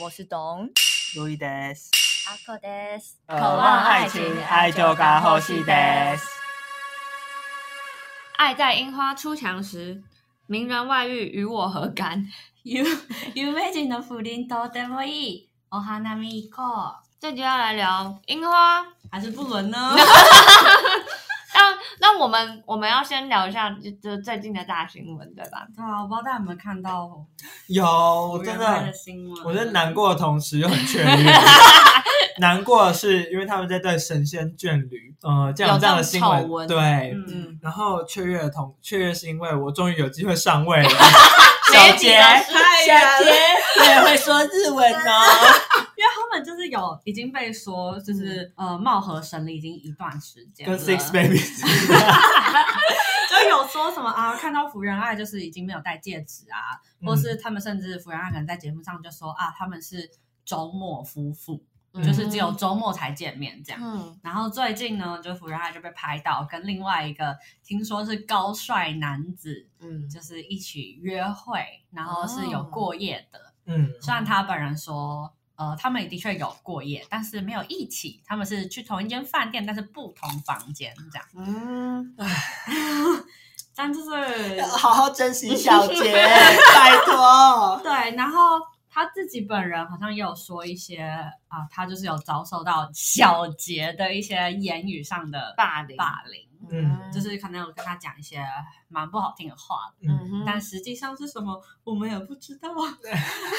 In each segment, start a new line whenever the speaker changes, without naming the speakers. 我是董
路易德斯，
阿克德斯，
渴望爱情，爱就该呼吸德斯。
爱在樱花初强时，名人外遇与我何干？
ゆ夢人の不倫とてもいい。お花見行こう。
这就要来聊樱花。
还是不伦呢？
那那我们我们要先聊一下就就最近的大新闻，对吧？
对啊，我不知道大家有没有看到
有，
我
我
原
哦真
来
的啊
的，新闻。
我真的难。过的同时又很雀 跃。难过的是，因为他们在对神仙眷侣，呃，这样
有
这样的
这种
新
丑
闻，
闻
对，
嗯，
然后雀跃的同雀跃是因为我终于有机会上位了，
没
小
几
杰，
个
太
小杰，我也会说日文哦。
因为他们就是有已经被说，就是、呃貌合神离已经一段时间了，
跟 Six
就
Babies，
有说什么啊，看到福原爱就是已经没有戴戒指啊，
嗯
或是他们甚至福原爱可能在节目上就说啊，他们是周末夫妇，就是只有周末才见面这样。
嗯，
然后最近呢，就福原爱就被拍到跟另外一个听说是高帅男子，
嗯，
就是一起约会，然后是
哦
有过夜的。
嗯，
虽然他本人说，呃，他们也的确有过夜，但是没有一起，他们是去同一间饭店，但是不同房间这样。
嗯，
但就是
好好珍惜小杰，拜托。
对，然后他自己本人好像也有说一些啊、他就是有遭受到小杰的一些言语上的
霸凌，
霸凌，
嗯
就是可能有跟他讲一些蛮不好听的话的
嗯哼，
但实际上是什么，我们也不知道。啊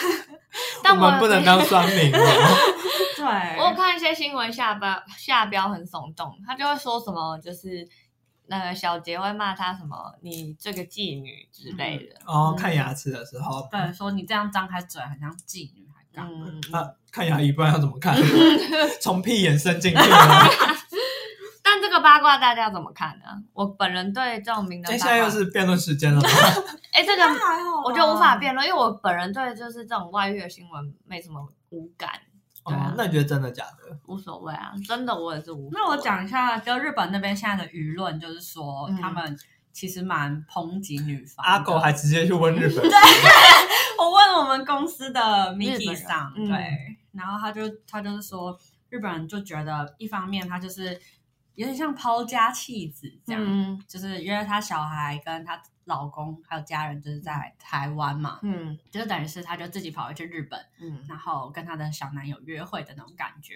但
我们不能当酸 民哦。
对，
我有看一些新闻下标下标很耸动，他就会说什么就是那个小杰会骂他什么你这个妓女之
嗯
类的。
哦，看牙齿的时候，
对说你这样张开嘴，很像妓女，还干嘛？
嗯，
啊，看牙医不然要怎么看？从屁眼伸进去吗？
但这个八卦大家怎么看呢？我本人对这种名人八
哎，现
卦，
在又是辩论时间了吗？
哎、这
但
个
还好吧，啊
我就无
哦
法辩论，因为我本人对就是这种外遇的新闻没什么无感，对啊
哦，那你觉得真的假的？
无所谓啊，真的我也是无所谓。
那我讲一下，就日本那边现在的舆论，就是说、
嗯
他们其实蛮抨击女方的。
阿狗还直接去问日本，
我问我们公司的 Miki
日本人
上，
嗯
对，然后他就他就是说，日本人就觉得一方面他就是有点像抛家弃子这样，
嗯
就是因为他小孩跟他老公还有家人就是在台湾嘛，
嗯
就等于是他就自己跑回去日本，
嗯
然后跟他的小男友约会的那种感觉。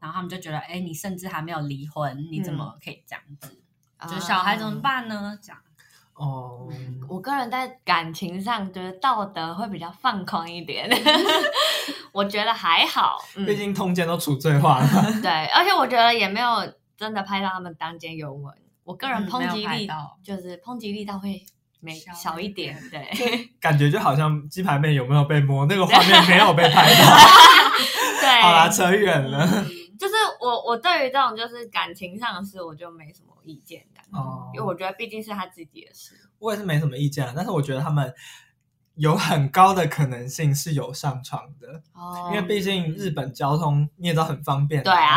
然后他们就觉得，哎，你甚至还没有离婚，你怎么可以这样子？
嗯，
就小孩怎么
啊？
办呢？这样
哦，
我个人在感情上觉得道德会比较放宽一点， 我觉得还好。嗯
毕竟通奸都处罪化了，
对，而且我觉得也没有真的拍到他们当街拥吻。我个人
嗯没
抨
有
击
拍
力、
到
就是抨击力道会没
小
小
一
一点，对
感觉就好像鸡排妹有没有被摸，那个画面没有被拍到。
对。 嗯
好啦，扯远了。
就是我我对于这种就是感情上的事，我就没什么意见感，
哦
因为我觉得毕竟是他自己的事。
我也是没什么意见啊，但是我觉得他们有很高的可能性是有上床的，
哦
因为毕竟日本交通你也知道很方便，
对啊，，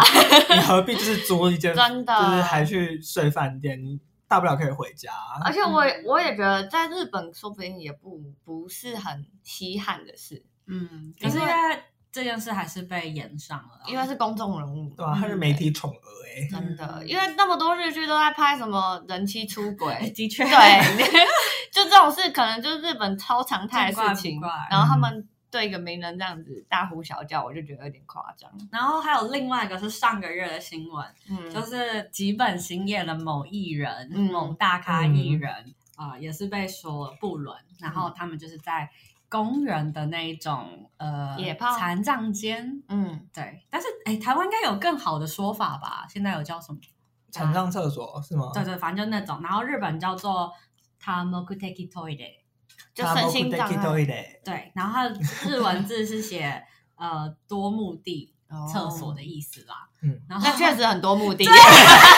你何必就是租一 间，
真的
就是还去睡饭店，你大不了可以回家。
而且我也我也觉得在日本说不定也不不是很稀罕的事，
嗯，
因
可是
为
因为这件事还是被延上了啊，
因为是公众人物嘛。
对啊，他是媒体宠儿哎、
真的，
嗯，
因为那么多日剧都在拍什么人妻出轨
哎 的确
对， 就这种事可能就是日本超常态的
见怪
事
不
情
怪。嗯
然后他们对一个名人这样子大呼小叫，我就觉得有点夸张。
然后还有另外一个是上个月的新闻，
嗯
就是吉本兴业的某艺人、
嗯嗯
某大咖艺人啊、呃也是被说不伦，然后他们就是在公园的那一种呃
野炮
残障间，
嗯，
对，但是哎，台湾应该有更好的说法吧？现在有叫什么？
啊
残障厕所是吗？
对对，反正就那种，然后日本叫做 tamokuteki toilet。
就身心啊障碍
碍。
对，然后它的日文字是写呃多目的厕所的意思啦。
嗯
然
哦。
后
那 确实很多目的，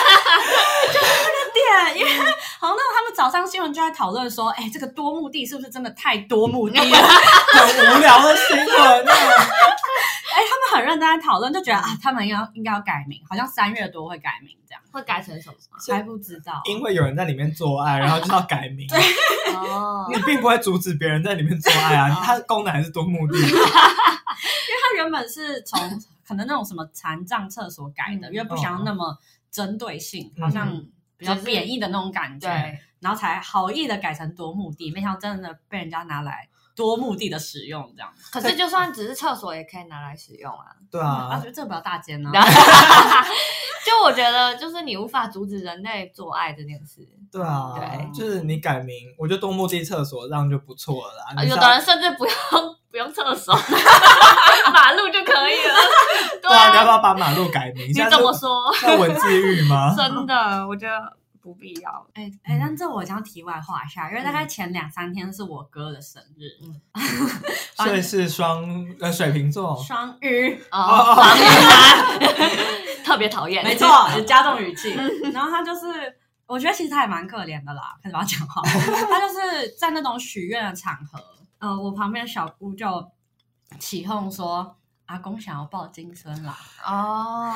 点，啊因为好像那他们早上新闻就在讨论说，哎、这个多目的是不是真的太多目的了？ 哎
很无聊的新闻啊！
他们很认真在讨论，就觉得啊，他们要应该要改名，好像三月多会改名这样，啊
会改成什么？
还不知道。
因为有人在里面做爱，然后就要改名。
哦，啊
啊你并不会阻止别人在里面做爱啊，它功能还是多目的。
他们是 从可能那种什么残障厕所改的，
嗯
因为不想要那么针对性，
嗯
好像比较
就是
贬义的那种感觉，
对，
然后才好意的改成多目的，没想到真的被人家拿来多目的的使用这样子。
可是就算只是厕所也可以拿来使用啊。
对
啊，
啊
觉，得这个比较大间呢、
就我觉得，就是你无法阻止人类做爱这件事。
对啊，
对
就是你改名，我就多目的厕所，这样就不错了啦。
啊
你
有
知道
的人甚至不用不用厕所， 马路就可以了。对
对啊，你要不
啊，
要把马路改名？
你
现在
怎
是
么说？
像文字狱吗？
真的，我觉得不必要。
哎哎，
嗯
但这我想题外话一下，因为大概前两三天是我哥的生日，
嗯啊
所以是双呃水瓶座，
双鱼，
哦，
哦
防御男 特别讨厌。
没错， 就加重语气。然后他就是，我觉得其实他也蛮可怜的啦，开始帮他讲 话。他就是在那种许愿的场合，呃，我旁边的小姑就起哄说：“阿公想要抱金孙啦
哦，！”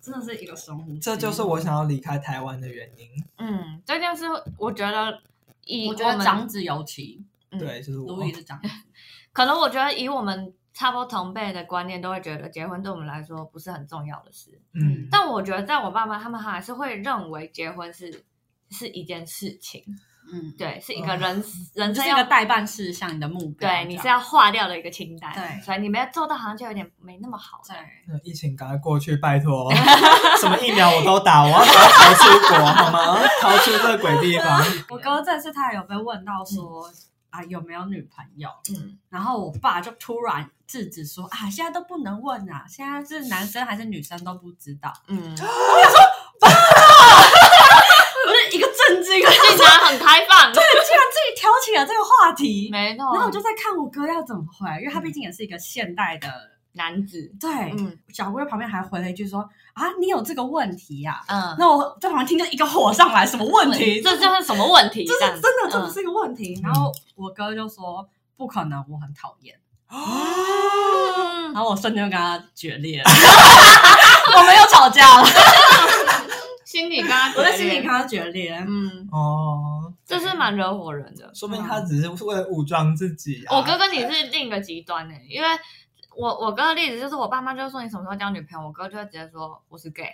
真的是一个神乎其
这就是我想要离开台湾的原因。
嗯，这件事我觉得以
我觉得
们
长子尤其，
嗯
对，就是我
路。易是长子，
可能我觉得以我们差不多同辈的观念，都会觉得结婚对我们来说不是很重要的事。
嗯，
但我觉得在我爸妈他们还是会认为结婚是是一件事情，
嗯，
对，哦是一个人、人
这
生
是一个
要
代办事项，嗯你的目标，
对，你是
这样
要划掉的一个清单，
对
所以你没有做到，好像就有点没那么好了。
对。
那疫情赶快过去，拜 托！什么疫苗我都打，我要赶快逃出国好吗？逃出这个鬼地 方。
我哥这次他有被问到说、啊有没有女朋友，
嗯，
然后我爸就突然制止说啊现在都不能问啊，现在是男生还是女生都不知道，
嗯，
我就一个震惊， 啊！
竟然很开 放，
竟然自己挑起了这个话题。
没错。
然后我就在看我哥要怎么回，因为他毕竟也是一个现代的，
男子，
对。
嗯
小龟旁边还回了一句说啊你有这个问题呀、
嗯，
那我在旁边听着一个火上来，什么问题？
这这是什么问题？
这
这样
是
子
真的，这
嗯
是一个问题。然后我哥就说：“不可能，我很讨厌。”
嗯
然后我瞬间就跟他决裂了， 我没有吵架了，
心里跟他，
我在心里跟，他决裂。
嗯，
哦，
这是蛮惹火人的。
说不定他只是为了武装自己啊。
我哥跟你是另一个极端呢、欸因为我我哥的例子就是我爸妈就说你什么时候交女朋友，我哥就会直接说我是 gay，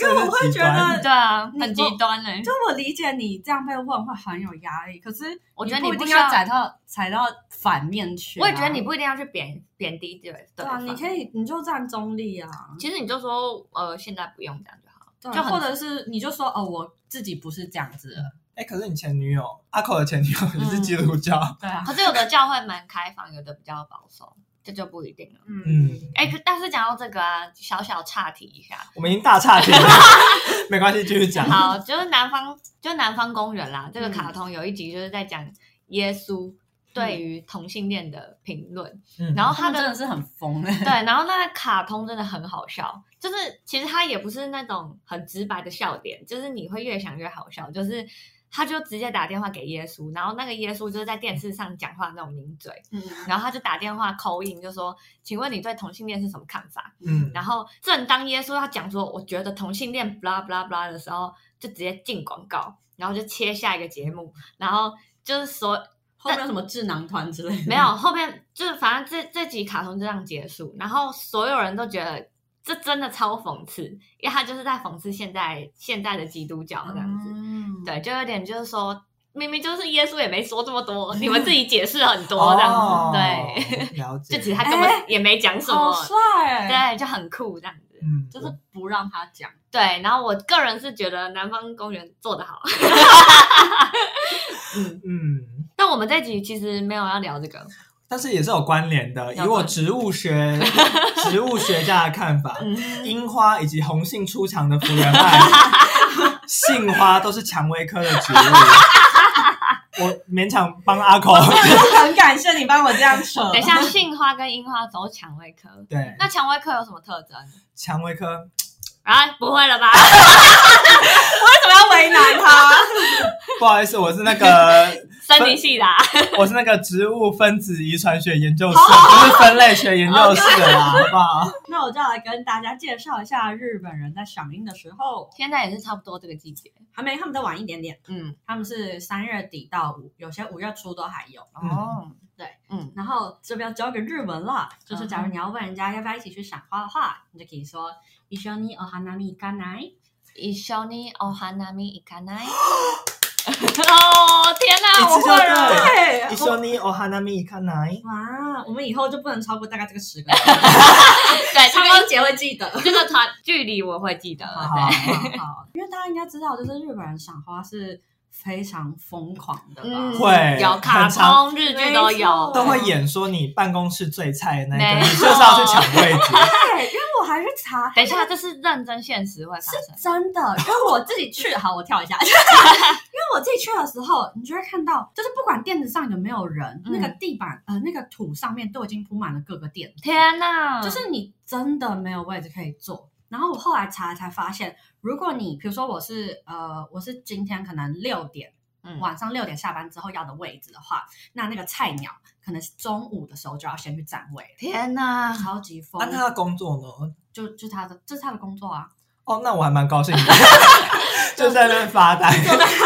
因为我会觉得，
对啊，
嗯你
很极端呢、
就我理解你这样被问会很有压力，可是
我觉得
你
你
不一
不
定
需要
要踩到踩到反面去啊。
我也觉得你不一定要去贬贬低对对
对啊，
方，
你可以你就站中立啊，
其实你就说呃现在不用这样就好，
对啊
就很
或者是你就说哦，我自己不是这样子的，
哎，可是你前女友阿口的前女友也
嗯
是基督教，
对 啊，
可是有的教会蛮开放，有的比较保守，这就不一定了。
嗯，
哎、可但是讲到这个啊，小小岔题一下，
我们已经大岔 题了，没关系，继续讲。
好，就是南方，就南方公园啦。这个
嗯
卡通有一集就是在讲耶稣对于同性恋的评论，
嗯，
然后
他
他
们真
的
的是很疯 哎、
对，然后那个卡通真的很好笑，就是其实他也不是那种很直白的笑点，就是你会越想越好笑，就是。他就直接打电话给耶稣，然后那个耶稣就是在电视上讲话那种名嘴，
嗯
然后他就打电话口音就说：“请问你对同性恋是什么看法？”
嗯，
然后正当耶稣要讲说我觉得同性恋 blah blah blah 的时候，就直接进广告，然后就切下一个节目，然后就是所
后面有什么智囊团之类的，
没有后面就是反正这这集卡通就这样结束，然后所有人都觉得。这真的超讽刺，因为他就是在讽刺现在现在的基督教这样子，
嗯，
对，就有点就是说，明明就是耶稣也没说这么多，你们自己解释很多这样子，
哦
对，，
了
就
解。
其实他根本
哎
也没讲什么，
好帅、欸，
对，就很酷这样子。
嗯，
就是不让他讲。
对，然后我个人是觉得南方公园做得好， 嗯，
嗯。
但我们这集其实没有要聊这个，
但是也是有关联的。以
有
我
关
植物学植物学家的看法，樱花以及红杏出墙的福原爱，杏花都是蔷薇科的植物。我勉强帮阿口，
很感谢你帮我这样扯。
等一，下杏花跟樱花走蔷薇科，
对，
那蔷薇科有什么特征？
蔷薇科
啊，不会了吧？
为什么要为难他？
不好意思，我是那个
生理系的、啊，
我是那个植物分子遗传学研究室，不是分类学研究室的啦，好不好？
那我就要来跟大家介绍一下日本人在赏樱的时候，
现在也是差不多这个季节，
还没他们再晚一点点，
嗯，
他们是三月底到五，有些五月初都还有。
嗯
哦，
对，
嗯
然后这边要教一个日文了，就是假
嗯
如你要问人家要不要一起去赏花的话，你就可以说一緒にお花見行かない？
一緒にお花見行か ない？哦天哪，我
一次就
会了。
对
对
一緒にお花見行か ない？
哇，我们以后就不能超过大概这个十 个，
对，这
差不多
个
结会记得。
这个团距离我会记得。
好啊好
对，
好
好，因为大家应该知道，就是日本人赏花是非常疯狂的吧？
嗯
会
有卡
很常
通、日剧都有，欸
都会演说你办公室最菜的那一
啊没
个，
错
你就是要去抢位置。
对，因为我还去查，
等一下，这是认真现实会发生。
真的，因为我自己去，好，我跳一下， 因为我自己去的时候，你就会看到，就是不管垫子上有没有人，
嗯
那个地板呃那个土上面都已经铺满了各个垫子，
天啊哪！
就是你真的没有位置可以坐。然后我后来查才发现，如果你比如说我是呃我是今天可能六点
嗯
晚上六点下班之后要的位置的话，那那个菜鸟可能是中午的时候就要先去占位了，
天哪！
超级疯
那，他的工作呢？
就就他的这是他的工作啊，
哦，那我还蛮高 兴的，就在那边发呆。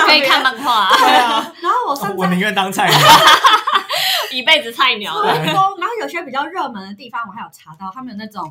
可以看漫画，
对啊，
然啊后我
哦
上
我
次
宁愿当 菜鸟。
一辈子菜鸟
超
了。
疯。 然后有些比较热门的地方，我还有查到他们有那种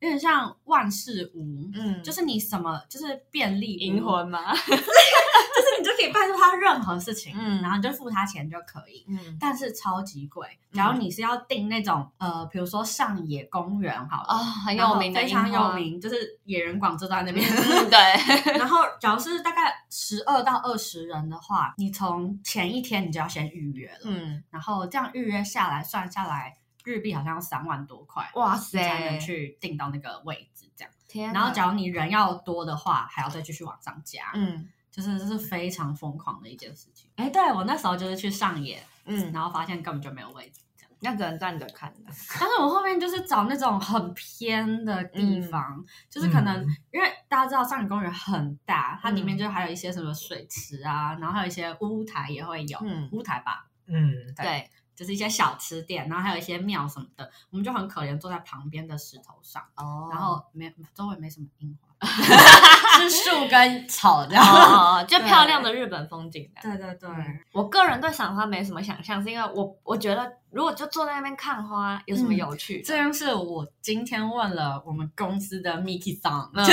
有点像万事屋，
嗯，
就是是你什么就是便利屋
银，魂嘛。
就是你就可以办出他任何事情，
嗯
然后你就付他钱就可以。
嗯，
但是超级贵。假如你是要订那种、呃，比如说上野公园好
哦，
了，
很
然
有
后
名的，
非常有。名，就是野人广就在那边。
嗯，对，
然后，假如是大概十二到二十人的话，你从前一天你就要先预约了，
嗯，
然后这样预约下来算下来，日币好像要三万多块。
哇
才能
塞，
去订到那个位置，这样。
天哪，
然后，假如你人要多的话，还要再继续往上加，
嗯
就是这是非常疯狂的一件事情。哎，对我那时候就是去上野，
嗯，
然后发现根本就没有位置，这样。
那只能站着看的。
但是我后面就是找那种很偏的
嗯
地方，就是可能、
嗯
因为大家知道上野公园很大，它里面
嗯
就还有一些什么水池啊，然后还有一些屋台也会有，
嗯
屋台吧，
嗯，
对，
就是一些小吃店，然后还有一些庙什么的，我们就很可怜坐在旁边的石头上。
哦
然后没周围没什么樱花， 是树跟草这样。
哦，就漂亮的日本风景的。
对对对，
嗯我个人对赏花没什么想象，是因为我我觉得如果就坐在那边看花有什么有趣
这
的？
样是我今天问了我们公司的 Miki 桑，
嗯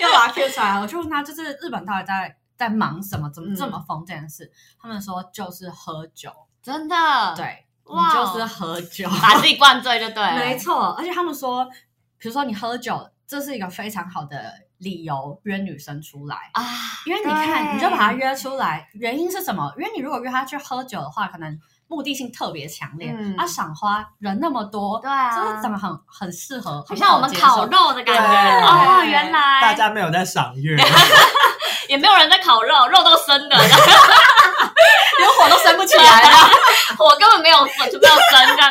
又把他 Q 出来了，我就问他就是日本到底在在忙什么，怎么
嗯
这么疯这件事？他们说就是喝酒，
真的，，
对，
哇
你就是喝酒，
把自己灌醉就对了。
没错。而且他们说，比如说你喝酒，这是一个非常好的理由约女生出来。
啊，
因为你看，
对
你就把他约出来，原因是什么？因为你如果约他去喝酒的话，可能目的性特别强烈。
嗯
啊，赏花人那么多，
对啊
就是怎么很很适合，
很像我们
很好
烤
接受。
肉的感
对
觉哦，原来
大家没有在赏月，
也没有人在烤肉，肉都生的，
连火都生不起来啊了。
火根本没有火，就没有生这样。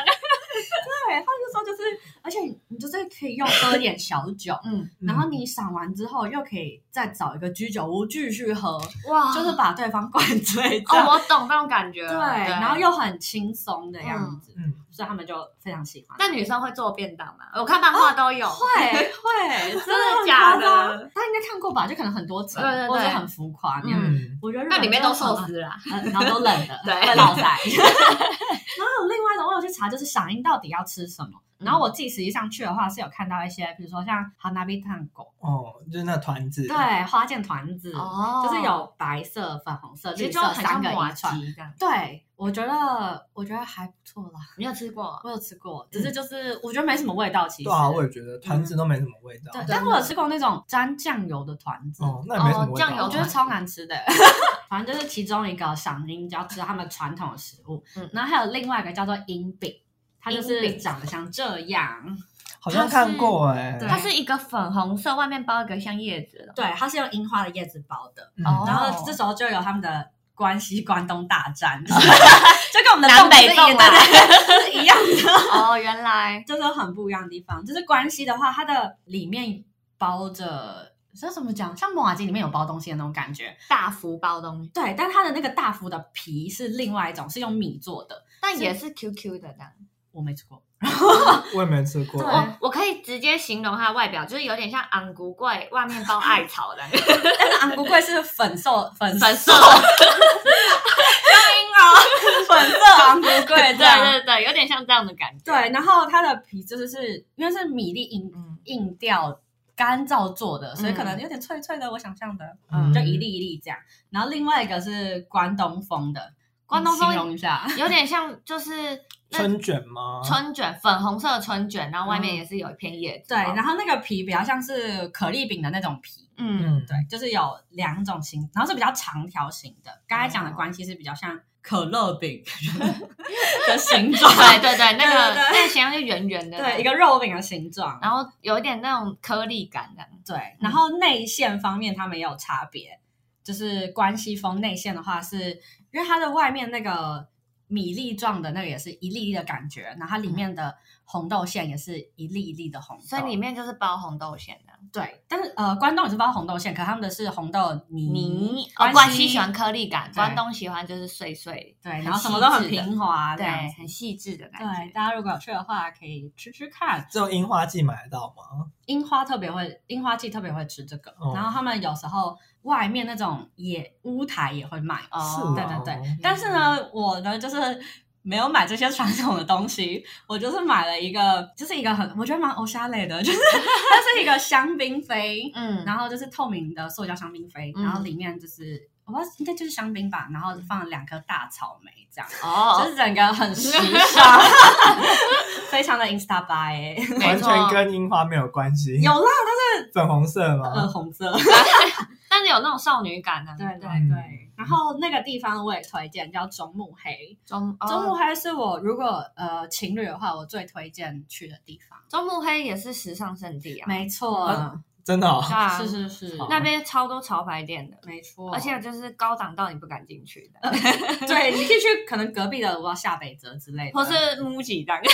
对，他就说就是，而且你就是可以用喝点小酒，
嗯，
然后你赏完之后又可以再找一个居酒屋继续喝，
哇，
就是把对方灌醉这
哦，
样。
我懂那种感觉。
对，然后又很轻松的样子，
嗯嗯
所以他们就非常喜欢。
那女生会做便当吗？我看漫画都有。
会 会，
真的假的
他应该看过吧？就可能很多层，
对对对
或者很浮夸那样。
嗯，
我觉得日本
那里面都
真的
寿
很，
司啊啦，
嗯然后都冷的，
对
会落塞。然后另外的我有去查，就是赏樱到底要吃什么。
嗯
然后我自己实际上去的话，是有看到一些，比如说像哈娜比炭狗，
哦，就是那团子，
对，花见团子，
哦
就是有白色、粉红色、
其
绿
实
色
就很
三
像
个
马
一
吉
串。
这样。
对，我觉得我觉得还不错啦，
你有吃过？
我有吃过，只是就是我觉得没什么嗯味道，其实。嗯
对啊，我也觉得团子都没什么味道。
对，
真
但
的
我有吃过那种沾酱油的团子，
哦，那也没什么味道。
哦酱油
我觉得
团子
超难 吃的。反正就是其中一个赏樱，就要吃他们传统的食物。
嗯
然后还有另外一个叫做樱饼，它就
樱
是
饼
长得像这样。
好像看过哎、
对
它是一个粉红色，外面包一个像叶子 的。
对，它是用樱花的叶子包的。
嗯
哦
然后这时候就有他们的关西关东大 战，就是就跟我们的
南北
粽子
粽啊
是一样的，就是一样的，
哦，原来
就是很不一样的地方。就是关西的话，它的里面包着。这怎么讲？像马吉里面有包东西的那种感觉，
大福包东西，
对，但它的那个大福的皮是另外一种，是用米做的，
但也是 QQ 的这样。
我没吃 过。
我也没吃过。欸
对
我我可以直接形容它的外表，就是有点像昂古怪，外面 包艾草的
但是昂古贵是粉瘦粉
粉色，
瘦
用英
啊，粉色昂贵
对
贵这样。
对对，有点像这样的感觉。
对，然后它的皮就是是因为是米粒硬
嗯
硬调干燥做的，所以可能
嗯
有点脆脆的，我想象的，
嗯
就一粒一粒这样。然后另外一个是关东风的，
关东
形容
风
一下，
有点像就是那
春卷吗？
春卷，粉红色的春卷，然后外面也是有一片叶子
嗯对，
嘛。
然后那个皮比较像是可丽饼的那种皮，
嗯
嗯，
对，就是有两种型，然后是比较长条型的。刚才讲的关系是比较像可乐 饼的形状，
对对对，那个
对对对
那个形象就圆圆的，
对，一，哦个肉饼的形状。
然后有一点那种颗粒感的，
对，然后内馅方面他们也有差别，就是关西风内馅的话是，因为它的外面那个米粒状的那个也是一粒粒的感觉，然后它里面的红豆馅也是一粒一粒的红豆，
所以里面就是包红豆馅的
对，但是呃，关东也是包红豆馅，可他们的是红豆泥，
泥。哦，
关
关西喜欢颗粒感，
对
关东喜欢就是碎碎，
对，然后什么都很
细致的
平滑，这样
对，
子
很细致的感
对，
觉。
大家如果有去的话，可以吃吃看。
这种樱花季买得到吗？
樱花特别会，樱花季特别会吃这个。
哦
然后他们有时候外面那种野乌台也会卖。
哦，
对
是
对
吗
对
嗯。
但是呢，我呢就是没有买这些传统的东西，我就是买了一个，就是一个很我觉得蛮欧沙类的，就是 它是一个香槟杯，
嗯，
然后就是透明的塑胶香槟杯，然后
嗯
里面就是我不知道应该就是香槟吧，然后放了两颗大草莓这样。就
哦，
是整个很时尚，非常的 Insta by、欸。
没
完
错
全 跟樱花没有关系。
有啦，
粉红色
呃，
吗？
红
嗯
色。
但是有那种少女感的，
对对
嗯
对。然后那个地方我也推荐，叫中目黑。
中
中目
哦
黑是我如果呃情侣的话，我最推荐去的地方。
中目黑也是时尚圣地啊，
没错，
呃真的 哦，
对啊
是哦是是，
好
那边超多潮牌店的，
没错。
而且就是高档到你不敢进去的，
对，你可以去可能隔壁的，我不知道下北泽之类的，
或是 MUJI 档，
你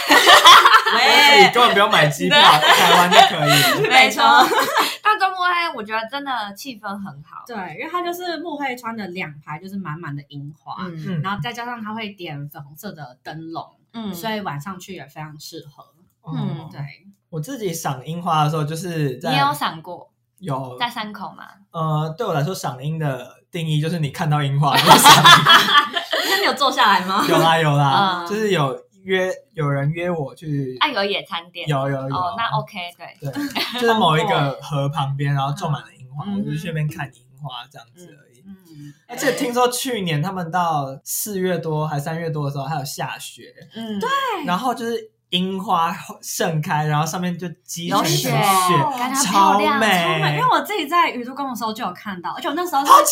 喂，
根本不用买机票，台湾就可以。
没错。
但中目黑我觉得真的气氛很好，
对，因为它就是木黑川的两排就是满满的樱花，
嗯
嗯，
然后再加上它会点粉红色的灯笼，
嗯，
所以晚上去也非常适合。
嗯，
对，
我自己赏樱花的时候，就是在
你有赏过
有
在山口吗？
呃，对我来说，赏樱的定义就是你看到樱花就赏樱。
那你有坐下来吗？
有啦有啦，
嗯
就是有约有人约我去，
啊，有野餐店，
有有有，
哦，那 OK，对，
对，就是某一 个河旁边，然后种满了樱花，
哦嗯
我就去那边看樱花这样子而已。
嗯，
而且听说去年他们到四月多还三月多的时候，还有下雪，
嗯，对，
然后就是樱花盛开，然后上面就积成
有
一层
雪
雪，
感觉
超
漂亮，
美
超美，因为我自己在雨都宫的时候就有看到，而且我那时候是，
好激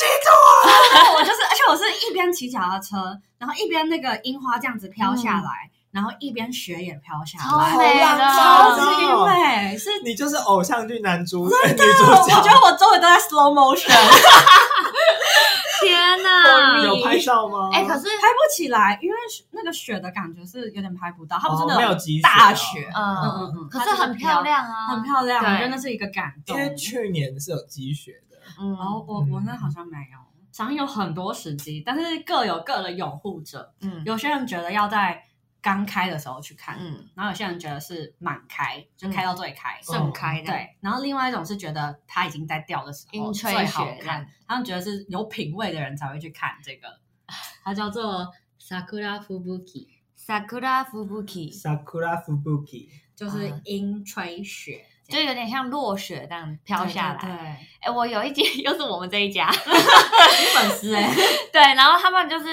我就是，而且我是一边骑脚踏车，然后一边那个樱花这样子飘下来，然后一边雪也飘下
超
来，
美
好
的，
浪
超
漫
级
哦
美，是。
动！你就是偶像剧男主女
我
主
我觉
角，
得我周围都在 slow motion，
天哪！
有拍照吗？
哎，可是
拍不起来，因为那个雪的感觉是有点拍不到，它不是
哦
那
没有
种
积雪
大
哦
雪，
嗯，
嗯嗯，
可是很漂，亮啊，
很漂亮，
对
我觉得那是一个感
因
动。
为去年是有积雪的，
嗯，
然后哦我我那好像没有，想有很多时机，但是各有各的拥护者。
嗯
有些人觉得要在刚开的时候去看，
嗯，
然后有些人觉得是满开，就开到最开。
盛开的，
对，然后另外一种是觉得它已经在掉的时候
樱吹
最好
雪这样
看，他们觉得是有品味的人才会去看这 个，它叫做 sakura fubuki，
，sakura fubuki，
Sakura Fubuki，
就是
啊
樱吹雪
就有点像落雪这样飘下
对
来。
对
哎，我有一集又是我们这一家，
对你粉丝哎、
对，然后他们就是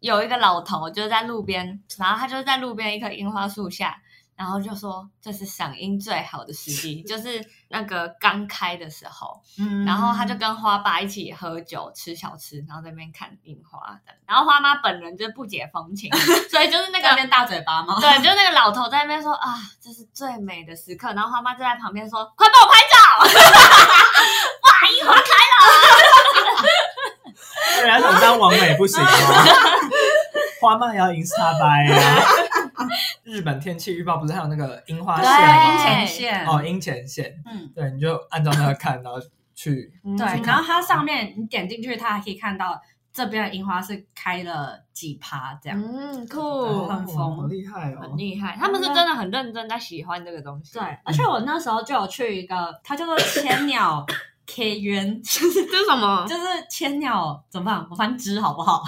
有一个老头，就是在路边，然后他就是在路边一棵樱花树下，然后就说这是赏樱最好的时机，就是那个刚开的时候。
嗯
然后他就跟花爸一起喝酒、吃小吃，然后在那边看樱花的。然后花妈本人就不解风 情，所以就是那
在那
个。
边大嘴巴吗？
对，就那个老头在那边说啊，这是最美的时刻，然后花妈就在旁边说，快帮我拍照！哇，樱花开，
人家想当王美不行吗？花漫也要 Insta 拜啊！日本天气预报不是还有那个樱花
对
线吗
樱前线
哦，樱前线，
嗯。
对，你就按照那个看，然后去
对，
嗯
然后它上面你点进去，它还可以看到这边的樱花是开了几趴这样。
嗯，
哦
酷，
很疯
好厉害哦
很！厉害，他们是真的很认真在喜欢这个东西。
对，， 而且我那时候就有去一个，它叫做 千鸟 K 渊，就是
这是什么？
就是千鸟怎么办？我翻枝好不好？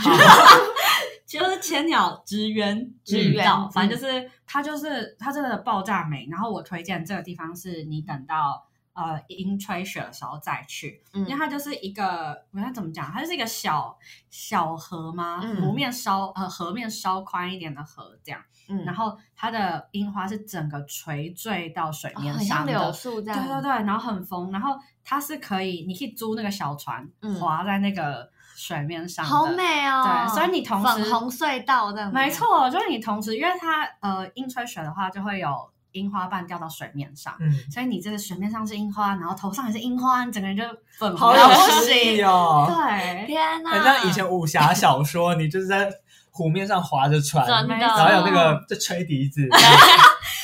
就是千鸟之渊
哦之
知
渊
道
嗯
反正就是它就是它真的爆炸美。然后我推荐这个地方是你等到呃 in treasure 的时候再去，
嗯
因为它就是一个我想怎么讲，它就是一个小小河吗？
嗯
湖面稍呃河面稍宽一点的河这样，
嗯
然后它的樱花是整个垂坠到水
哦
面
很像
上的，
柳树这
对
样，
对对，然后很疯，然后它是可以，你可以租那个小船，
嗯
划在那个水面上的，
好美哦。
对所以你同时
粉红隧道这样，
没，错，就是你同时，因为它呃樱吹雪的话，就会有樱花瓣掉到水面上，
嗯，
所以你这个水面上是樱花，然后头上也是樱花，你整个人就粉
好
红
有
到不
诗意
行。
哦，
对，
天哪，
很像以前武侠小说，你就是在湖面上划着船，
真的，
没
然后有那个在吹笛子，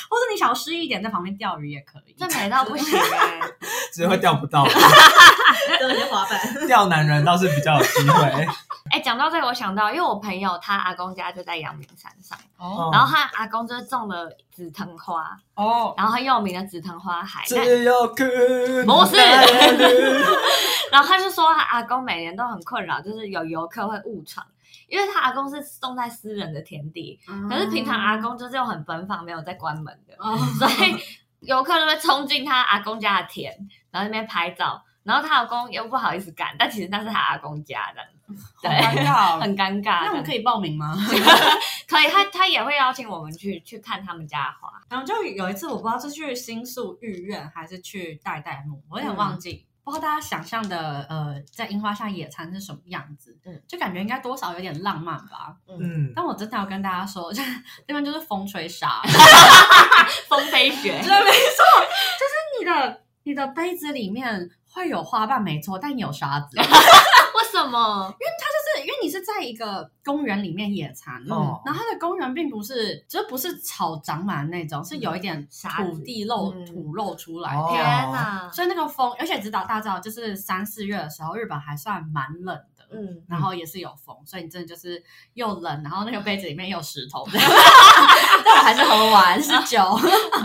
或者你想要诗意一点，在旁边钓鱼也可以。
这美到不行
欸
哎、
只是会钓不到，
都有些滑板，
钓男人倒是比较有机会。
哎、讲到这个，我想到，因为我朋友他阿公家就在阳明山上，
嗯
哦
然后他阿公就是种了紫藤花，
哦，
然后很有名的紫藤花海。那
只有可能
不是
带路
然后他就说，他阿公每年都很困扰，就是有游客会误闯，因为他阿公是种在私人的田地，
嗯
可是平常阿公就是又很奔放，没有在关门的，
哦，
所以游客就会冲进他阿公家的田，然后在那边拍照。然后他阿公又不好意思赶，但其实那是他阿公家的，对，
好尴尬哦
很尴尬。
那我们可以报名吗？
可以，他他也会邀请我们去去看他们家的花。
然后就有一次，我不知道是去新宿御苑还是去代代木，我有点忘记，不知道大家想象的呃，在樱花下野餐是什么样子，
嗯
就感觉应该多少有点浪漫吧。
嗯，
但我真的要跟大家说，就是 那边就是风吹 沙，
风飞 雪
真的没错，就是你的你的杯子里面会有花瓣，没错，但也有沙子，就
为什么？
是因为你是在一个公园里面野餐，
哦
然后它的公园并不是，就是不是草长满那种，是有一点
嗯沙子
土地露、
嗯
土露出来的。啊
哦
天 哪！
所以那个风，而且知道大家知道，就是三四月的时候，日本还算蛮冷的，
嗯，
然后也是有风，所以你真的就是又冷，然后那个杯子里面又有 石头，
但我还是
喝完是酒，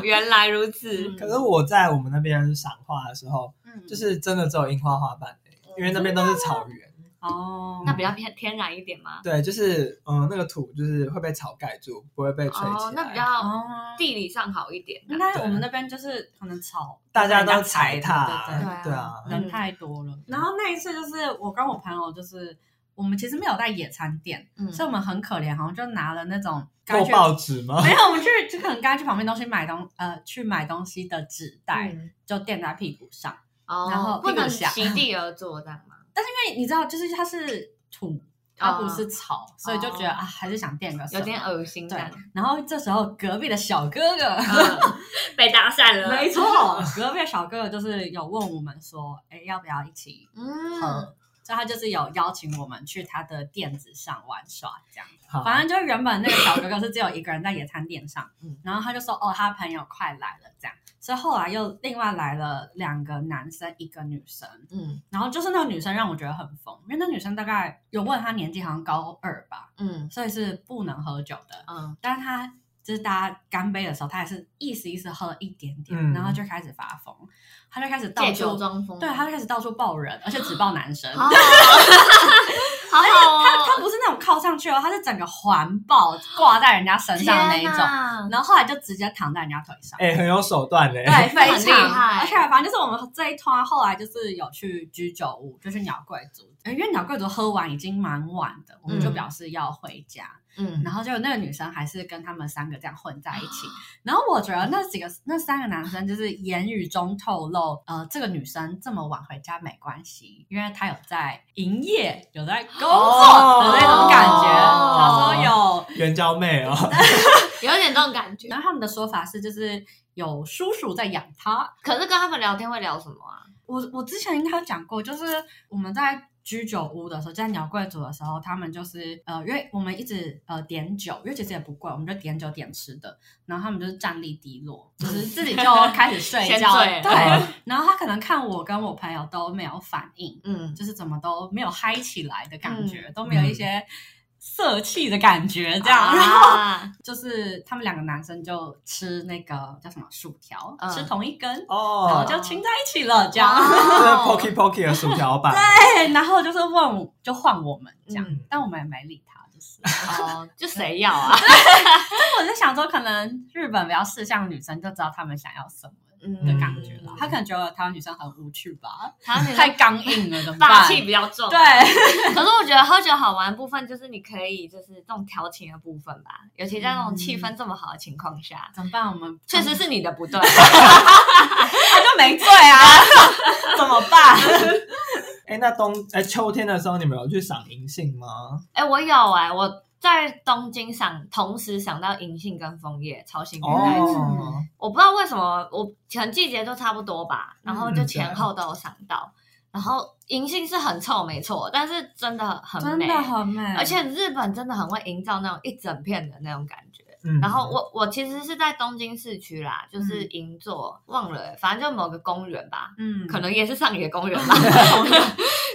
原来如此。
可是我在我们那边赏花的时候，
嗯
就是真的只有樱花花瓣、欸，因为那边都是草原。
哦，
那比较偏天然一点吗？
对，就是嗯，那个土就是会被草盖住，不会被吹起来。
哦，那比较
哦，
地理上好一点。
应该我们那边就是可能草
大家都
被人
踩踏，
对对对
对
对啊，
人太多了。哎然后那一次就是我跟我朋友就是。我们其实没有带野餐垫，
嗯
所以我们很可怜，好像就拿了那种
够啊 报纸吗？
没有，我们去就可能刚去旁边东西买东呃去买东西的纸袋，
嗯
就垫在屁股上。
哦，
然后
不
屁股
能
下
席地而坐这样 吗？
因为你知道，就是它是土，它不是草，所以就觉得
哦
啊，还是想垫个什么
有点恶心这
对
样。。
然后这时候隔壁的小哥哥，
嗯 被搭讪了，
没错，隔壁的小哥哥就是有问我们说，哎，要不要一起喝？
嗯，
所以他就是有邀请我们去他的垫子上玩耍，这样。
好
反正就原本那个小哥哥是只有一个人在野餐垫上，
嗯
然后他就说哦，他朋友快来了这样，所以后来又另外来了两个男生，一个女生，
嗯
然后就是那个女生让我觉得很疯，因为那女生大概有问她年纪好像高二吧，
嗯
所以是不能喝酒的，
嗯，
但是她就是大家干杯的时候，她还是意思意思喝了一点点，
嗯
然后就开始发疯，她就开始到
借酒
处
装疯，哦
对，她就开始到处抱人，而且只抱男生。
好好哦，好
他
好
他
哦，
不是那种靠上去哦，他是整个环抱挂在人家身上的那一
天
种，
哪
然后后来就直接躺在人家腿上。
哎、很有手段嘞、
对，啊非
很厉
常
害
而且反正就是我们这一团后来就是有去居酒屋，就去鸟贵族，哎因为鸟贵族喝完已经蛮晚的，我们就
嗯
表示要回家。
嗯
然后就那个女生还是跟他们三个这样混在一起。然后我觉得那几个那三个男生就是言语中透露，呃，这个女生这么晚回家没关系，因为她有在营业，有在工作的那种感觉。
哦
他说有，
援交妹 哦，
有点这种感觉。
然后他们的说法是就是有叔叔在养她。
可是跟他们聊天会聊什么啊？
我我之前应该有讲过，就是我们在。居酒屋的时候，在鸟贵族的时候，他们就是呃，因为我们一直呃点酒，因为其实也不贵，我们就点酒点吃的。然后他们就是战力低落，就是 自己就开始睡
先
觉。
醉了
对， 然后他可能看我跟我朋友都没有反应，
嗯，
就是怎么都没有嗨起来的感觉，都没有一些色气的感觉，这样。然后
啊
就是他们两个男生就吃那个叫什么薯条，
嗯
吃同一根。然后
哦，
就亲在一起了，这样。
这是
哇哦
Pocky Pocky 的薯条版，
对，然后就是问我，就换我们这样，
嗯
但我们也没理他，就是？
哦，就谁要啊？
我在想说，可能日本比较视向女生，就知道她们想要什么
嗯
的感觉啦。
嗯
她可能觉得台湾女生很无趣吧，
台湾女
太
生
刚硬了，怎么
霸
办？
气比较重。
对，
可是我觉得喝酒好玩的部分就是你可以就是这种调情的部分吧，尤其在那种气氛这么好的情况下，
怎么办？我们
确实是你的不对。
她就没醉啊，怎么办？
哎，那冬哎秋天的时候，你们有去赏银杏吗？
哎、我有哎、我在东京赏，同时赏到银杏跟枫叶，超幸运的。
哦，
我不知道为什么，我前季节都差不多吧，然后就前后都有赏到。然后银杏是很臭，没错，但是真的很
真
美，
的很美，
而且日本真的很会营造那种一整片的那种感觉。
嗯
然后我我其实是在东京市区啦，就是银座，忘了欸、反正就某个公园吧，
嗯，
可能也是上野公园吧，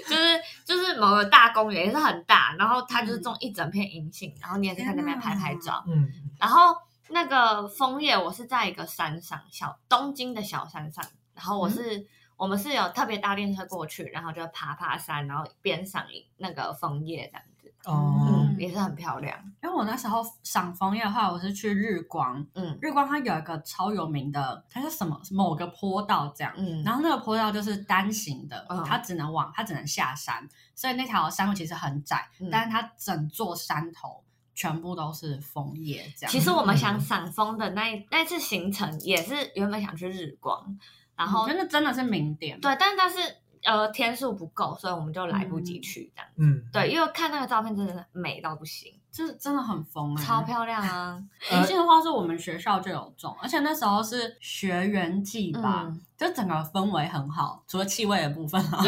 就是就是某个大公园也是很大，然后它就是种一整片银杏，然后你也是在那边拍拍照，
嗯，
然后那个枫叶我是在一个山上，小东京的小山上，然后我是、我们是有特别搭电车过去，然后就爬爬山，然后边赏银那个枫叶这样子，
哦，
嗯，也是很漂亮，
因为我那时候赏枫叶的话，我是去日光，
嗯
日光它有一个超有名的，它叫什么某个坡道这样，
嗯，
然后那个坡道就是单行的，
嗯
它只能往它只能下山，所以那条山路其实很窄，
嗯
但是它整座山头全部都是枫叶这样。嗯
其实我们想赏枫的那一那一次行程也是原本想去日光，然后、
我觉得那嗯真的是名点，
对，但但是呃天数不够，所以我们就来不及去这样。
嗯，
对，因为看那个照片真的是美到不行，
这真的很疯哎、
超漂亮啊！
银杏的话是我们学校就有种，而且那时候是学园季吧，
嗯
就整个氛围很好，除了气味的部分 啊，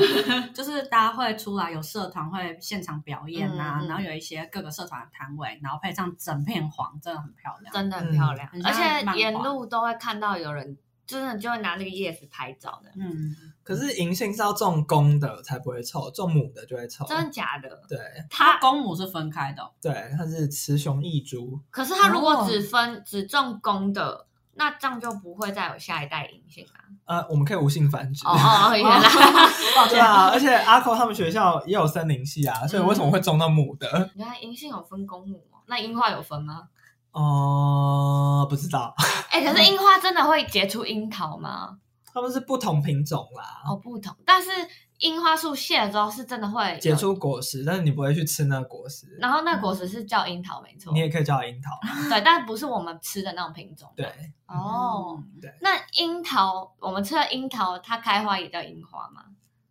就是大家会出来有社团会现场表演啊，
嗯嗯
然后有一些各个社团的摊位，然后配上整片黄，真的很漂亮。
真的很漂亮，
嗯
而
很像漫
且
画
沿路都会看到有人真的就会拿那个叶子拍照的，
嗯，
可是银杏是要种公的才不会臭，种母的就会臭。
真的假的？
对
它
它
公母是分开的哦，
对，它是雌雄异株。
可是它如果
哦
只分、只种公的，那这样就不会再有下一代银杏啊。
呃，我们可以无性繁殖。
哦哦，哦原来。
抱 歉
对啊，而且阿扣他们学校也有森林系
嗯
啊，所以为什么会种到母的？
原来银杏有分公母哦，那樱花有分吗？
哦、不知道，
哎、可是樱花真的会结出樱桃吗？
他们是不同品种啦，
哦，不同，但是樱花树谢了之后是真的会有
结，出果实，但是你不会去吃那果实，
然后那果实是叫樱桃，没错
你，也可以叫它 樱桃。
对，但不是我们吃的那种品种。
对，
哦，
嗯
对
那樱桃，我们吃的樱桃，它开花也叫樱花吗？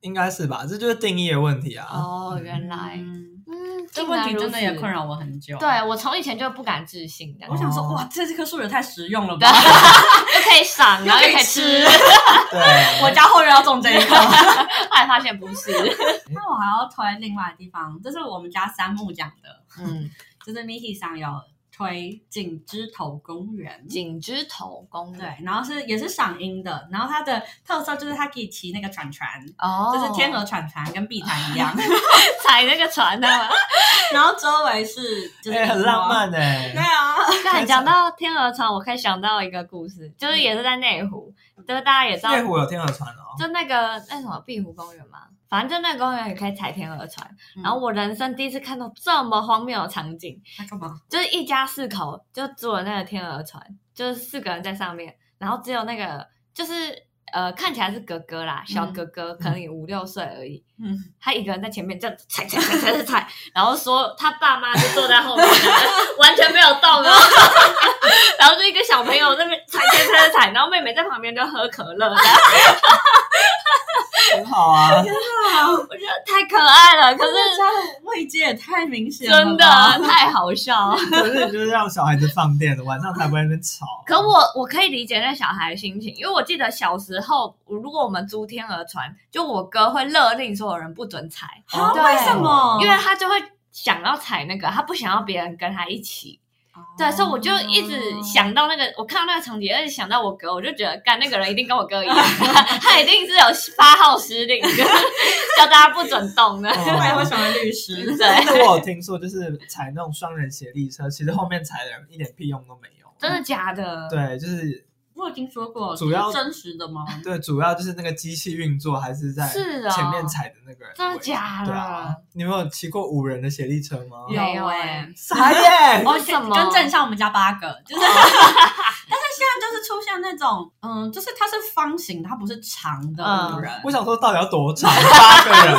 应该是吧，这就是定义的问题啊。
哦，原
原来
来，嗯，
这
竟
问
然
题
如
真的也
此
困。扰我很久。啊
对我从以前就不敢置信的，
我想说，
哦
哇，这这棵树也太实用 了
对
吧！
又可以赏，然后
又
又
可以
可以
吃
吃，
对，
我家后院要种这一棵。
后来发现不是，
那我还要推另外的地方，这是我们家三木讲的，
嗯，
就是 Miki 上有推景之头公园。
锦枝头公园
对，然后是也是赏樱的，然后它的特色就是它可以骑那个船船，
哦，
就是天鹅船船跟碧潭一样，
踩那个船呢、啊。
然后周围 是就是、
哎、很浪。漫哎、
对啊，
刚才讲到天鹅船，我可以想到一个故事，
嗯
就是也是在内湖，就是大家也知道
内，湖有天鹅船哦，
就那个那什么碧湖公园嘛，反正就那个公园也可以踩天鹅船。
嗯
然后我人生第一次看到这么荒谬的场景，
它干嘛？
就是一家四口就坐了那个天鹅船，就是四个人在上面，然后只有那个就是呃看起来是哥哥啦，小哥哥、可能也五六岁而已，
嗯，
他一个人在前面这样子踩踩踩踩踩踩，然后说他爸妈就坐在后面，完全没有动哦。 然后就一个小朋友在那边踩踩踩踩踩，然后妹妹在旁边就喝可乐，
很好 啊。
我觉得太可爱了，可
可
是
是它的位置也太明显了，
真的。太好笑。
可是你就是让小孩子放电的，晚上才不会在那边 吵。哦
可我我可以理解那小孩的心情，因为我记得小时候，如果我们租天鹅船，就我哥会勒令所有人不准踩，
啊，
对
为什么？
因为他就会想要踩那个，他不想要别人跟他一起。
哦
对，所以我就一直 想到那个，我看到那个场景，而且想到我哥，我就觉得，干那个人一定跟我哥一 样，他一定是有发号施令， 叫大家不准动的。
后来
哦
会成为律师。
对，
但是我有听说，就是踩那种双人协力车，其实后面踩的人一点屁用都没有。
真的假的？
对，就是
我有听说过，
主要
是真实的吗？
对，主要就是那个机器运作还是在
是啊
前面踩的那个人位置，
真的假的
对啊，你们有骑过五人的斜立车吗？
有没有
哎
哎，
啥耶？
哦
为什么？
跟正像我们家八个， 就是，但是现在就是出现那种，嗯，就是它是方形的，它不是长的
嗯
五人，
我想说到底要多长？八个人，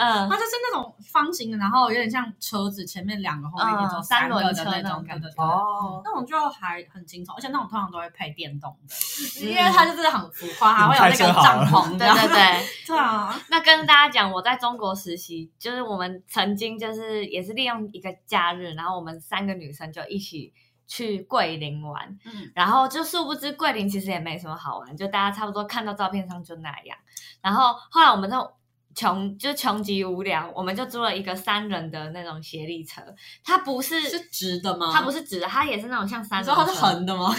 嗯
它就是那种方形的，然后有点像车子前面两个，后面一
嗯
走
三
个
轮
的
车
那
那
种
种
感
感
觉
觉。
哦，
那种就还很轻松，而且那种通常都会配电动的，因为它就是很浮夸，还
你们
会有
开
那个
车好了
帐篷，
对对对。
对啊，
那跟大家讲，我在中国实习，就是我们曾经就是也是利用一个假日，然后我们三个女生就一起去桂林玩，
嗯，
然后就殊不知桂林其实也没什么好玩，就大家差不多看到照片上就那样。然后后来我们就穷，就穷极无聊，我们就租了一个三人的那种斜立车，它不是。
是直的吗？
它不是直的，它也是那种像三
你
轮
说
车，
它是横的吗？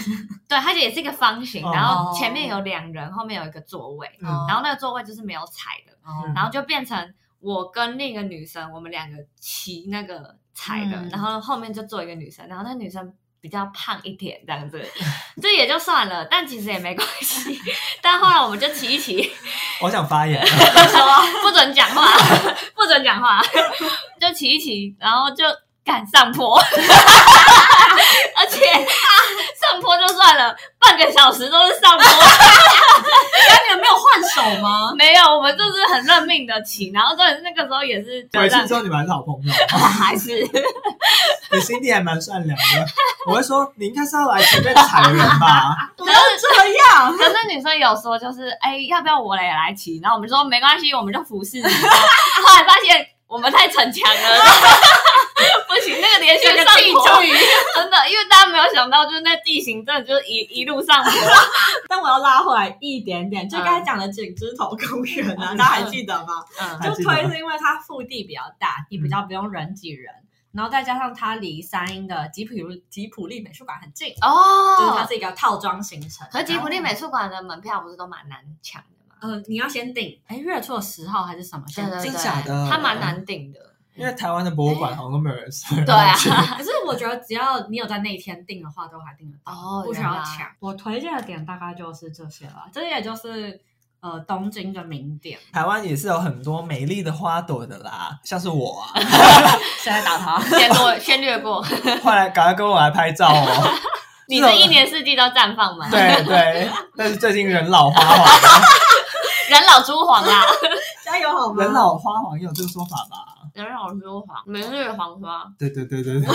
对，它也是一个方形，
哦
然后前面有两人，后面有一个座位，
嗯
然后那个座位就是没有踩的，
哦
然后就变成我跟另一个女生，我们两个骑那个踩的，
嗯
然后后面就坐一个女生，然后那女生比较胖一点这样子，这也就算了，但其实也没关系。 但后来我们就骑一骑，
我想发言。
说不准讲话，不准讲话，就骑一骑，然后就赶上坡， 而且、上坡就算了，半个小时都是上坡。
那你们没有换手 吗？
没有，我们就是很认命的骑，然后真的是那个时候也是就
回去
让
之后你们还是好朋友，
还是
你心地还蛮善良的。我会说你应该是要来前面踩的人吧？
不要这样，
可是女生有说就是，哎、要不要我也来骑？然后我们就说没关系，我们就服侍你。 后来发现我们太逞强 了，不行，那个连续上坡，真的，因为大家没有想到，就是那地形真的就是一一路上坡。
但我要拉回来一点点，就刚
嗯
才讲的景芝头公园啊，大家还记得吗？
嗯，
还
就
记得
推是因为它腹地比较大，你比较不用人挤人，然后再加上它离三英的吉普吉普力美术馆很近，就是它
哦，
是一个套装行程。
可是吉普力美术馆的门票不是都蛮难抢的吗？
呃，你要先订，哎，月初十号还是什么先
对对
订？
对，
真假的
它蛮难订的。
因为台湾的博物馆好像都没有人送人
对啊
去，
可是我觉得只要你有在那一天订的话，都还订得到，
哦
不需要
原
抢。我推荐的点大概就是这些了，这也就是呃东京的名点。
台湾也是有很多美丽的花朵的啦，像是我啊，
现在打他，
先过，先略过。
快来赶快跟我来拍照哦。
你是一年四季都绽放吗？，
对对，但是最近人老花黄，
人老珠黄啊啦，
加油好吗？
人老花黄也有这个说法吧？
人老珠黄，每日黄花。
对对 对对对，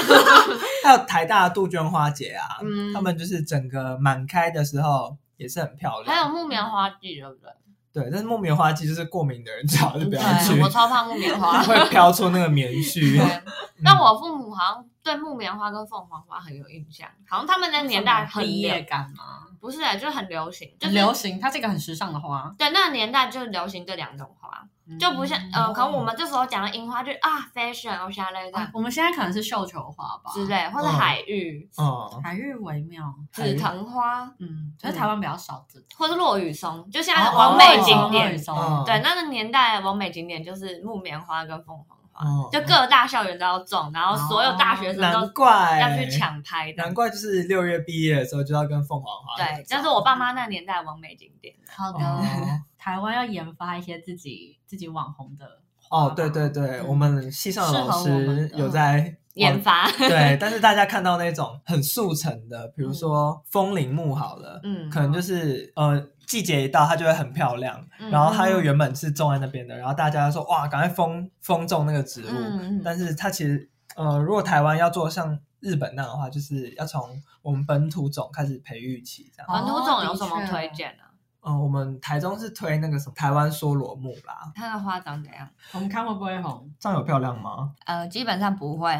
还有台大杜鹃花节啊，
嗯
他们就是整个满开的时候也是很漂
还有
亮。
木棉花季，对不对？
对，但是木棉花季就是过敏的人最好就不要啊去
对
我，超怕木棉花。
会飘出那个棉 絮
对。，但我父母好像对木棉花跟凤凰花很有印象，好像他们那年代很
毕业
流，
感吗？
不是、啊就很流行，就是
流行，它这个很时尚的花，
对那个年代就流行这两种花，就不
嗯
像呃，可能我们这时候讲的樱花就啊 fashion 哦啥类
啊
的
我们现在可能是绣球花吧，
之类，或者海芋、
嗯，
海芋惟妙。
海芋
紫藤花，
嗯，可是台湾比较少这种，
或者落羽松，就现在完美景
哦
点。
嗯
对，那个年代完美景点就是木棉花跟凤凰花，
哦
啊就各大校园都要种，然后所有大学
哦
生都
难怪
要去，抢拍的
难。怪就是六月毕业的时候就要跟凤凰花合
对，
照
这是我爸妈那年代完美景点。
嗯好
嗯哦
台湾要研发一些自己自己网红的花
哦
吧，
对对对，
嗯
我们系上的老
适合我们
师
的
有在哦
研发，
对，但是大家看到那种很速成的，比如说风铃木好了，
嗯，
可能就是呃季节一到它就会很漂亮，
嗯
然后它又原本是种在那边的，然后大家说哇，赶快封封种那个植物，
嗯嗯嗯
但是它其实呃，如果台湾要做像日本那样的话，就是要从我们本土种开始培育起这样。
本土种有什
哦的
么
确
推荐呢？啊
嗯、我们台中是推那个什么台湾梭罗木啦，
看看花长怎样？
我们看会不会红？
这样有漂亮吗？
呃，基本上不会。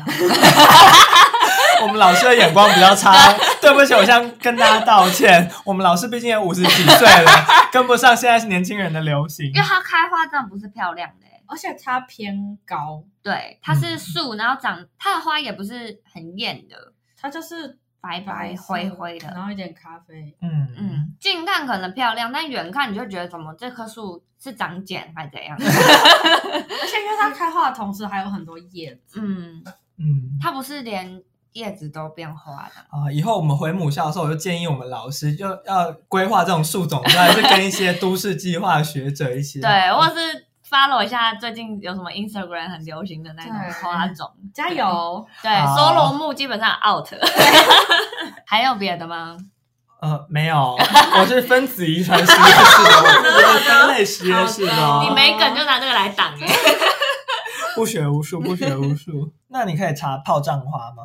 我们老师的眼光比较 差，对不起，我向跟大家道歉。我们老师毕竟也五十几岁 了，跟不上现在是年轻人的流行
因。为它开花真的不是漂亮的欸，
而且它偏高，
对，它
嗯
是树，然后长它的花也不是很艳的，
它就是
白白
白色
灰灰的。
然后一点咖 啡。
嗯嗯，
嗯，近看可能漂亮，但远看你就觉得怎么这棵树是长茧还怎 样？
而且因为它开花的同时还有很多叶子，
嗯，
嗯，
它不是连叶子都变花的。
啊、以后我们回母校的时候，我就建议我们老师就要规划这种树种， 还是跟一些都市计划学者一起。
对，或是 follow 一下最近有什么 Instagram 很流行的那种
对
花种。
加油！
对，
好
梭罗木基本上 out。还有别的吗？
呃，没有，我是分子遗传实验室的，我是分类实验室的
好
哦，
的
你没梗就拿这个来挡。
不学无术，不学无术。那你可以查炮仗花吗？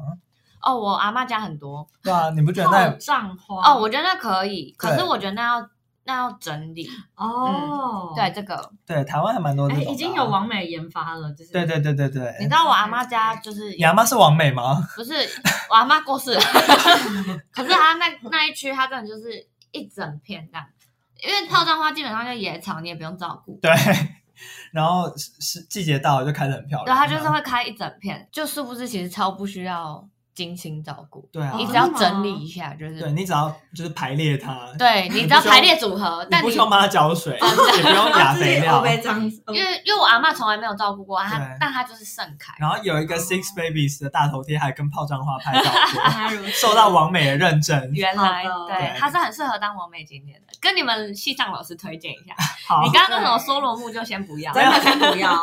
哦，我阿妈家很多。
对啊，你不觉得
爆
那
炸花
哦，我觉得那可以，可是
对
我觉得那要那要整理。
哦，
嗯对，这个
对台湾还蛮多这
哎，
种的啊、
已经有完美研发了，就是
对对对对对，
你知道我阿妈家就是
你阿妈是王美吗？
不是我阿妈过 世了，可是她那那一区她真的就是一整片这样，因为泡仗花基本上就野草，你也不用照顾。
对，然后是是季节到了就开得很漂亮，
对，它就是会开一整片，就是不是其实超不需要精心照顾，
对啊
你只
哦
要
真的吗
整理一下就是，
对你只要就是排列它，
对你只要
不需要
排列组合，
你
哦但
不
你哦
需要帮它浇水， 也不用
他
压
自己
肥料
欧。贝这样子，
因为因为我阿妈从来没有照顾过它
对，嗯
但它就是盛开。
然后有一个 Six Babies 的大头贴，还跟炮仗花拍照
原
过，
来 如此
受到王美的认证。
原来
好的
对
对
它是很适合当完美景点的，跟你们西藏老师推荐一下。
好
你，刚刚那种梭罗木就先不要，
真的先不要。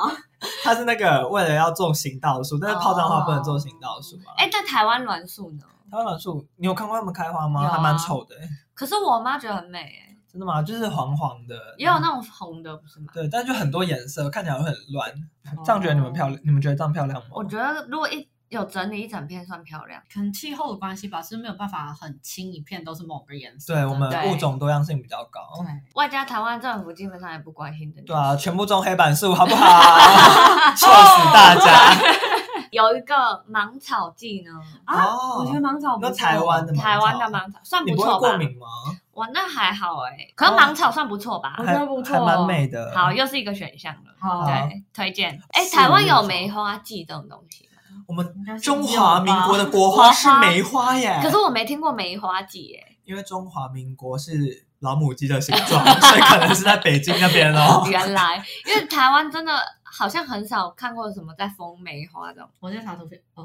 它是那个为了要种行道树，但是炮仗花不能种行道树啊。
哎，但台湾栾树呢？
台湾栾树，你有看过它们开花吗？
有啊
还蛮丑的，欸
可是我妈觉得很美哎，
真的吗？就是黄黄的，嗯
也有那种红的，不是吗？
对，但就很多颜色，看起来会很乱。这样觉得你们漂亮？你们觉得这样漂亮吗？
哦我觉得如果一有整理一整片算漂亮。
可能气候的关系吧，是没有办法很轻一片都是某个颜色的。
对我们
对哦
物种多样性比较高。
对
外加台湾政府基本上也不关心这件事
对啊，全部种黑板树好不 好？臭死大家！
有一个芒草季呢，
哦
啊，我觉得芒草不
那
错
台湾的吗？
台湾的芒草算
你
不
不会
错吧
过？敏吗？
我那还好哎、可是芒草算不错吧？
哦我觉
还
得不错
还蛮美的。
好，又是一个选项了。
好
对，推荐。哎、
是
台湾有梅花季这种东西吗？
我们
应该是
中华民国的国
国花
花是梅花耶。
可是我没听过梅花季哎、。
因为中华民国是老母鸡的形状， 所以可能是在北京那边哦
原来，因为台湾真的好像很少看过什么在封梅花这种，
我在查图片，哦，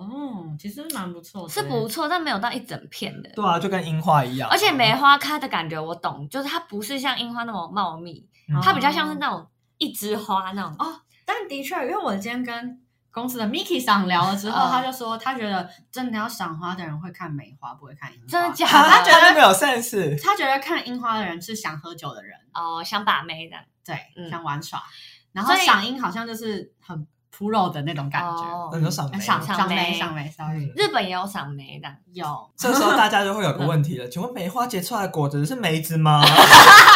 其实蛮不错的，
是不错，但没有到一整片的。
对啊，就跟樱花一样。
而且梅花开的感觉我懂，就是它不是像樱花那么茂密，
嗯
它比较像是那种一枝花那种。
哦。但的确，因为我今天跟公司的 Miki 赏聊了之后，
嗯
他就说他觉得真的要赏花的人会看梅花，不会看樱花。
真的假
啊他
的？
觉得没有 sense。
他觉得看樱花的人是想喝酒的人，
哦，想把妹这样。
对，
嗯
想玩耍。然后
所以
赏樱好像就是很 pro 的那种感觉。
那
哦
你就赏梅
呃。赏
赏
赏梅
梅
赏梅，sorry，
嗯哦
日本也有赏梅的，
有
这时候大家就会有个问题了，请问梅花结出来的果子是梅子吗？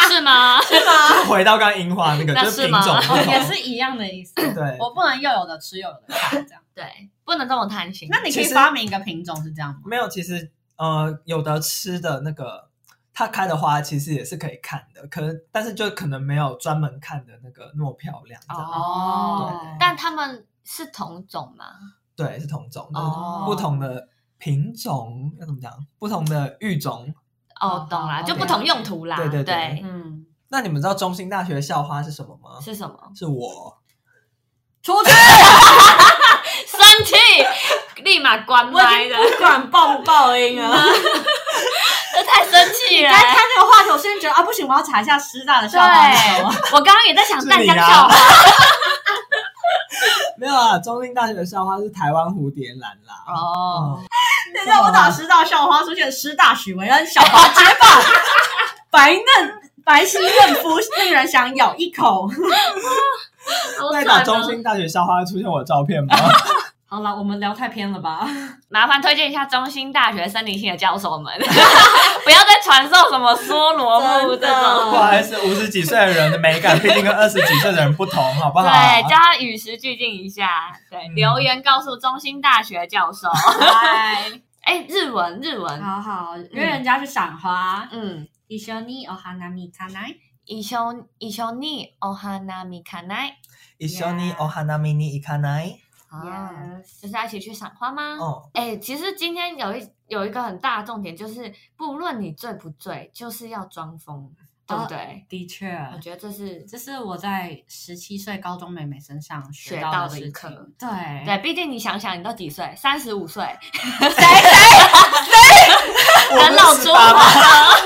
是吗？
就回到刚刚樱花那个，
那
就是
是
品
吗
种不
哦也
同。
是一样的意思。
对，
我不能又有的吃，又有的 看，这样。
对，不能这么贪心。
那你可
其
以
实
发明一个品种是这样吗？
没有，其实呃，有的吃的那个它开的花其实也是可以看的，可能但是就可能没有专门看的那个那么漂亮。哦，
哦
对
但他们是同种吗？
对，是同种，但是
哦
不同的品种要怎么讲？不同的育种。
哦，懂啦，
哦
就不同用途啦。
对对对
嗯，
那你们知道中兴大学的校花是什么吗？
是什么？
是我，
出去，
生气，立马关
我
麦
已
的
经，不管爆不爆音
啊
了。
这太生气 了
刚。才看这个话题，我瞬间觉得啊，不行，我要查一下师大的校花是什么。
对，我刚刚也在想
是
淡
你
江
啊
笑话。
没有啊，中兴大学的校花是台湾蝴蝶兰啦。
哦，
嗯，
等一下我打师大校花，出现师大许维恩小花结发， 白嫩白皙嫩肤，令人想咬一口。
好
那你
爽
打
哦
中兴大学校花会出现我的照片吗？
好了，我们聊太偏了吧？
麻烦推荐一下中兴大学森林系的教授们， 不要再传授什么梭罗木这
真的
种。
不好意思，五十几岁的人的美感毕竟跟二十几岁的人不同，好不好？
对，叫他与时俱进一下。对，
嗯
留言告诉中兴大学教授。
嗨，
哎，日文，日文，
好好约人家去赏花。
嗯，
一緒にお花見かない？
一緒一緒にお花見かない。
一緒にお花見に行かない？
啊，就是要一起去赏花吗？
哦，
哎、其实今天有一有一个很大的重点，就是不论你醉不醉，就是要装疯。对不对？
的确，
我觉得这是
这是我在十七岁高中妹妹身上
学
到
到
的
的
事
课
情。对
对，毕竟你想想，你都几岁？三十五岁，人老珠黄了，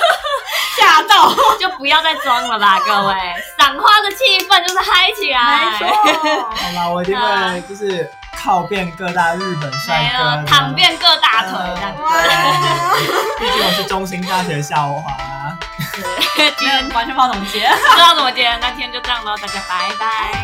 吓到，
就不要再装了吧，各位！赏花的气氛就是嗨起
哎
来，
错，
好啦，我一定会就是靠遍各大日本帅
啊没
哥
了，
的，
躺遍各大腿，这 样
哇毕竟我是中兴大学校花、
子。今天
完全不知道怎么接。
不知道怎么接，那今天就这样喽，大家拜拜。